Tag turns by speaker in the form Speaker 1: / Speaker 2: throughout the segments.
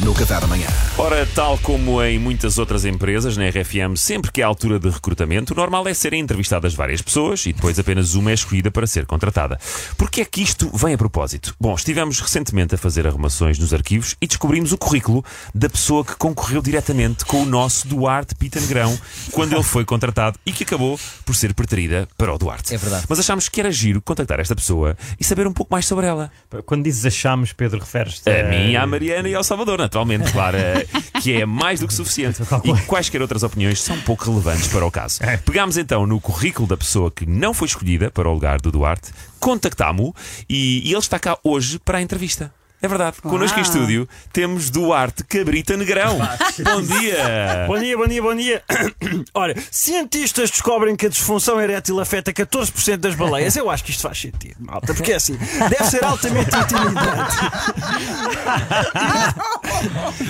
Speaker 1: no Café da Manhã.
Speaker 2: Ora, tal como em muitas outras empresas, na RFM, sempre que é a altura de recrutamento, o normal é serem entrevistadas várias pessoas e depois apenas uma é escolhida para ser contratada. Porquê é que isto vem a propósito? Bom, estivemos recentemente a fazer arrumações nos arquivos e descobrimos o currículo da pessoa que concorreu diretamente com o nosso Duarte Pitanegrão quando ele foi contratado e que acabou por ser preterida para o Duarte.
Speaker 3: É verdade.
Speaker 2: Mas achámos que era giro contactar esta pessoa e saber um pouco mais sobre ela.
Speaker 4: Quando dizes achamos, Pedro, referes-te
Speaker 2: A mim, à Mariana e ao Salvador, naturalmente, claro, eh, que é mais do que suficiente. E quaisquer outras opiniões são pouco relevantes para o caso.
Speaker 4: É.
Speaker 2: Pegámos então no currículo da pessoa que não foi escolhida para o lugar do Duarte, contactámo-o e, e ele está cá hoje para a entrevista. É verdade. Connosco em estúdio temos Duarte Cabrita Negrão. Bom dia!
Speaker 4: Bom dia, bom dia, bom dia. Olha, cientistas descobrem que a disfunção erétil afeta 14% das baleias. Eu acho que isto faz sentido, malta, porque é assim, deve ser altamente intimidante.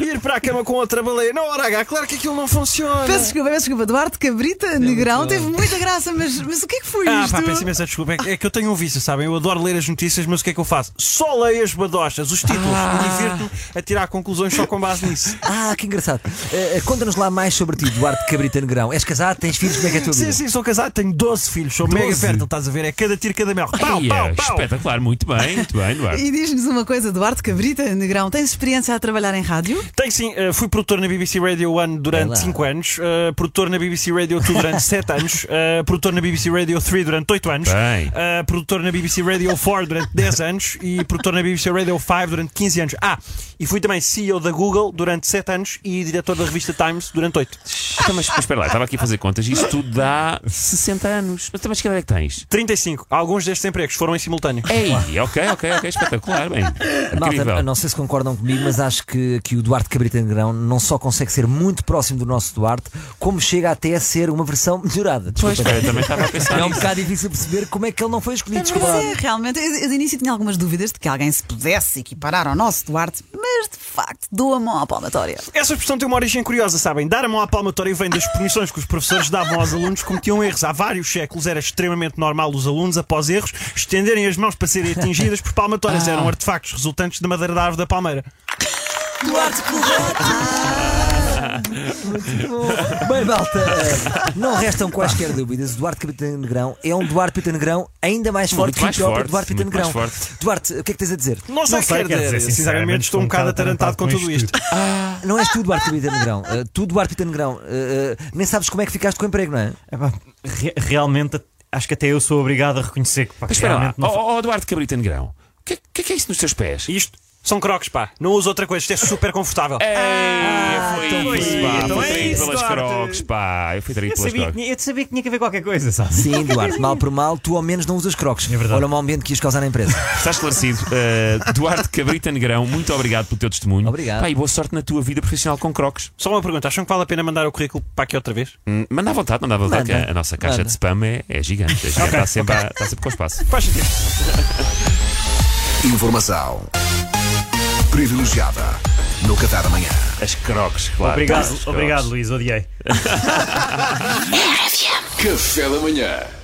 Speaker 4: Ir para a cama com outra baleia, não, hora H, claro que aquilo não funciona.
Speaker 5: Peço desculpa, peço desculpa. Duarte Cabrita Negrão teve muita graça, mas, mas o que é que foi
Speaker 4: Ah,
Speaker 5: isto?
Speaker 4: pá, peço imensa desculpa. É que- É que eu tenho um vício, sabem? Eu adoro ler as notícias, mas o que é que eu faço? Só leio as badochas, os títulos, e divirto-me a tirar conclusões só com base nisso.
Speaker 3: Ah, que engraçado. Eh, eh, Conta-nos lá mais sobre ti, Duarte Cabrita Negrão. És casado, tens filhos, como é que é a tua
Speaker 4: Sim,
Speaker 3: vida?
Speaker 4: sim, sou casado, tenho 12 filhos, sou mega
Speaker 3: 12?
Speaker 4: fértil, estás a ver? É cada tiro, cada mel. Pau,
Speaker 2: Ai,
Speaker 4: pau,
Speaker 2: eh,
Speaker 4: pau.
Speaker 2: Espetacular, muito bem, muito bem, Duarte.
Speaker 5: E diz-nos uma coisa, Duarte Cabrita Negrão, tens experiência a trabalhar em rádio?
Speaker 4: Tenho sim, eh, fui produtor na BBC Radio 1
Speaker 3: Olá.
Speaker 4: durante 5 anos, eh, produtor na BBC Radio 2 durante 7 anos, eh, produtor na BBC Radio 3 durante 8 anos,
Speaker 2: Bem.
Speaker 4: eh, produtor na BBC Radio 4 durante 10 anos e produtor na BBC Radio 5 durante 15 anos. Ah, e fui também CEO da Google durante 7 anos e diretor da revista Times durante 8.
Speaker 2: Então, mas, mas espera lá, estava aqui a fazer contas. Isto dá 60 anos. Mas, mas que idade é que tens?
Speaker 4: 35. Alguns destes empregos foram em simultâneo.
Speaker 2: Ei, ok, ok, ok, espetacular, bem. Incrível.
Speaker 3: Malta, não sei se concordam comigo, mas acho que, que o Duarte Cabrita Negrão não só consegue ser muito próximo do nosso Duarte, como chega até a ser uma versão melhorada.
Speaker 2: Pois,
Speaker 3: Desculpa.
Speaker 2: eu também estava a pensar.
Speaker 3: é um
Speaker 2: nisso.
Speaker 3: bocado difícil perceber como é que ele não foi escolhido. Desculpa.
Speaker 5: Mas é, realmente, eu, eu de início tinha algumas dúvidas de que alguém se pudesse equiparar ao nosso Duarte, mas de facto, dou a mão à palmatória.
Speaker 4: Essa expressão tem uma origem curiosa, sabem? Dar a mão à palmatória vem das punições que os professores davam aos alunos que cometiam erros. Há vários séculos era extremamente normal os alunos, após erros, estenderem as mãos para serem atingidas por palmatórias. Eram artefactos resultantes da madeira da árvore da palmeira.
Speaker 5: Duarte Correto!
Speaker 3: Bem, malta, eh, não restam quaisquer dúvidas. O Duarte Cabrita Negrão é um Duarte Pita Negrão ainda mais
Speaker 2: Muito
Speaker 3: forte que
Speaker 2: mais
Speaker 3: o próprio
Speaker 2: forte,
Speaker 3: Duarte Pita
Speaker 2: muito mais
Speaker 3: Negrão.
Speaker 2: forte.
Speaker 3: Duarte, o que é que tens a dizer?
Speaker 4: Não sei,
Speaker 6: sei,
Speaker 4: quer
Speaker 6: quer
Speaker 4: dizer,
Speaker 6: dizer,
Speaker 4: sinceramente estou um bocado atarantado com tudo isto.
Speaker 3: Não és tu, Duarte Pita Negrão. Eh, tu, Duarte Pita Negrão, eh, eh, nem sabes como é que ficaste com o emprego, não é?
Speaker 6: Re- realmente, acho que até eu sou obrigado a reconhecer que pá,
Speaker 2: Mas espera lá,
Speaker 6: realmente não fa-
Speaker 2: ó oh, Eduardo Cabrita Negrão, o que, que é que é isso nos teus pés?
Speaker 4: Isto são crocs, pá. Não uso outra coisa, isto é super confortável.
Speaker 2: Ei, foi isso, pá,
Speaker 6: Ah, então
Speaker 2: foi
Speaker 6: é
Speaker 2: traído
Speaker 6: isso,
Speaker 2: pelas
Speaker 6: Duarte.
Speaker 2: crocs, pá, eu fui traído
Speaker 6: eu,
Speaker 2: pelas
Speaker 6: sabia que,
Speaker 2: crocs.
Speaker 6: tinha- eu sabia que tinha que haver qualquer coisa, sabe?
Speaker 3: Sim, Duarte, mal por mal, tu ao menos não usas crocs.
Speaker 6: É verdade.
Speaker 3: Olha o mau ambiente que ias causar na empresa.
Speaker 2: Está esclarecido. Uh, Duarte Cabrita Negrão, muito obrigado pelo teu testemunho.
Speaker 3: Obrigado.
Speaker 2: Pá, e boa sorte na tua vida profissional com crocs.
Speaker 4: Só uma pergunta, acham que vale a pena mandar o currículo para aqui outra vez?
Speaker 2: Hum, Manda à vontade, manda à vontade,
Speaker 3: Manda.
Speaker 2: que a, a nossa caixa
Speaker 3: Manda.
Speaker 2: de spam é, é gigante. é gigante. está, sempre, a- está sempre com espaço.
Speaker 4: Faz sentido.
Speaker 1: Informação privilegiada no Café da Manhã.
Speaker 2: As crocs, claro.
Speaker 6: Obrigado,
Speaker 2: As crocs.
Speaker 6: obrigado Luís, odiei.
Speaker 7: Café da manhã.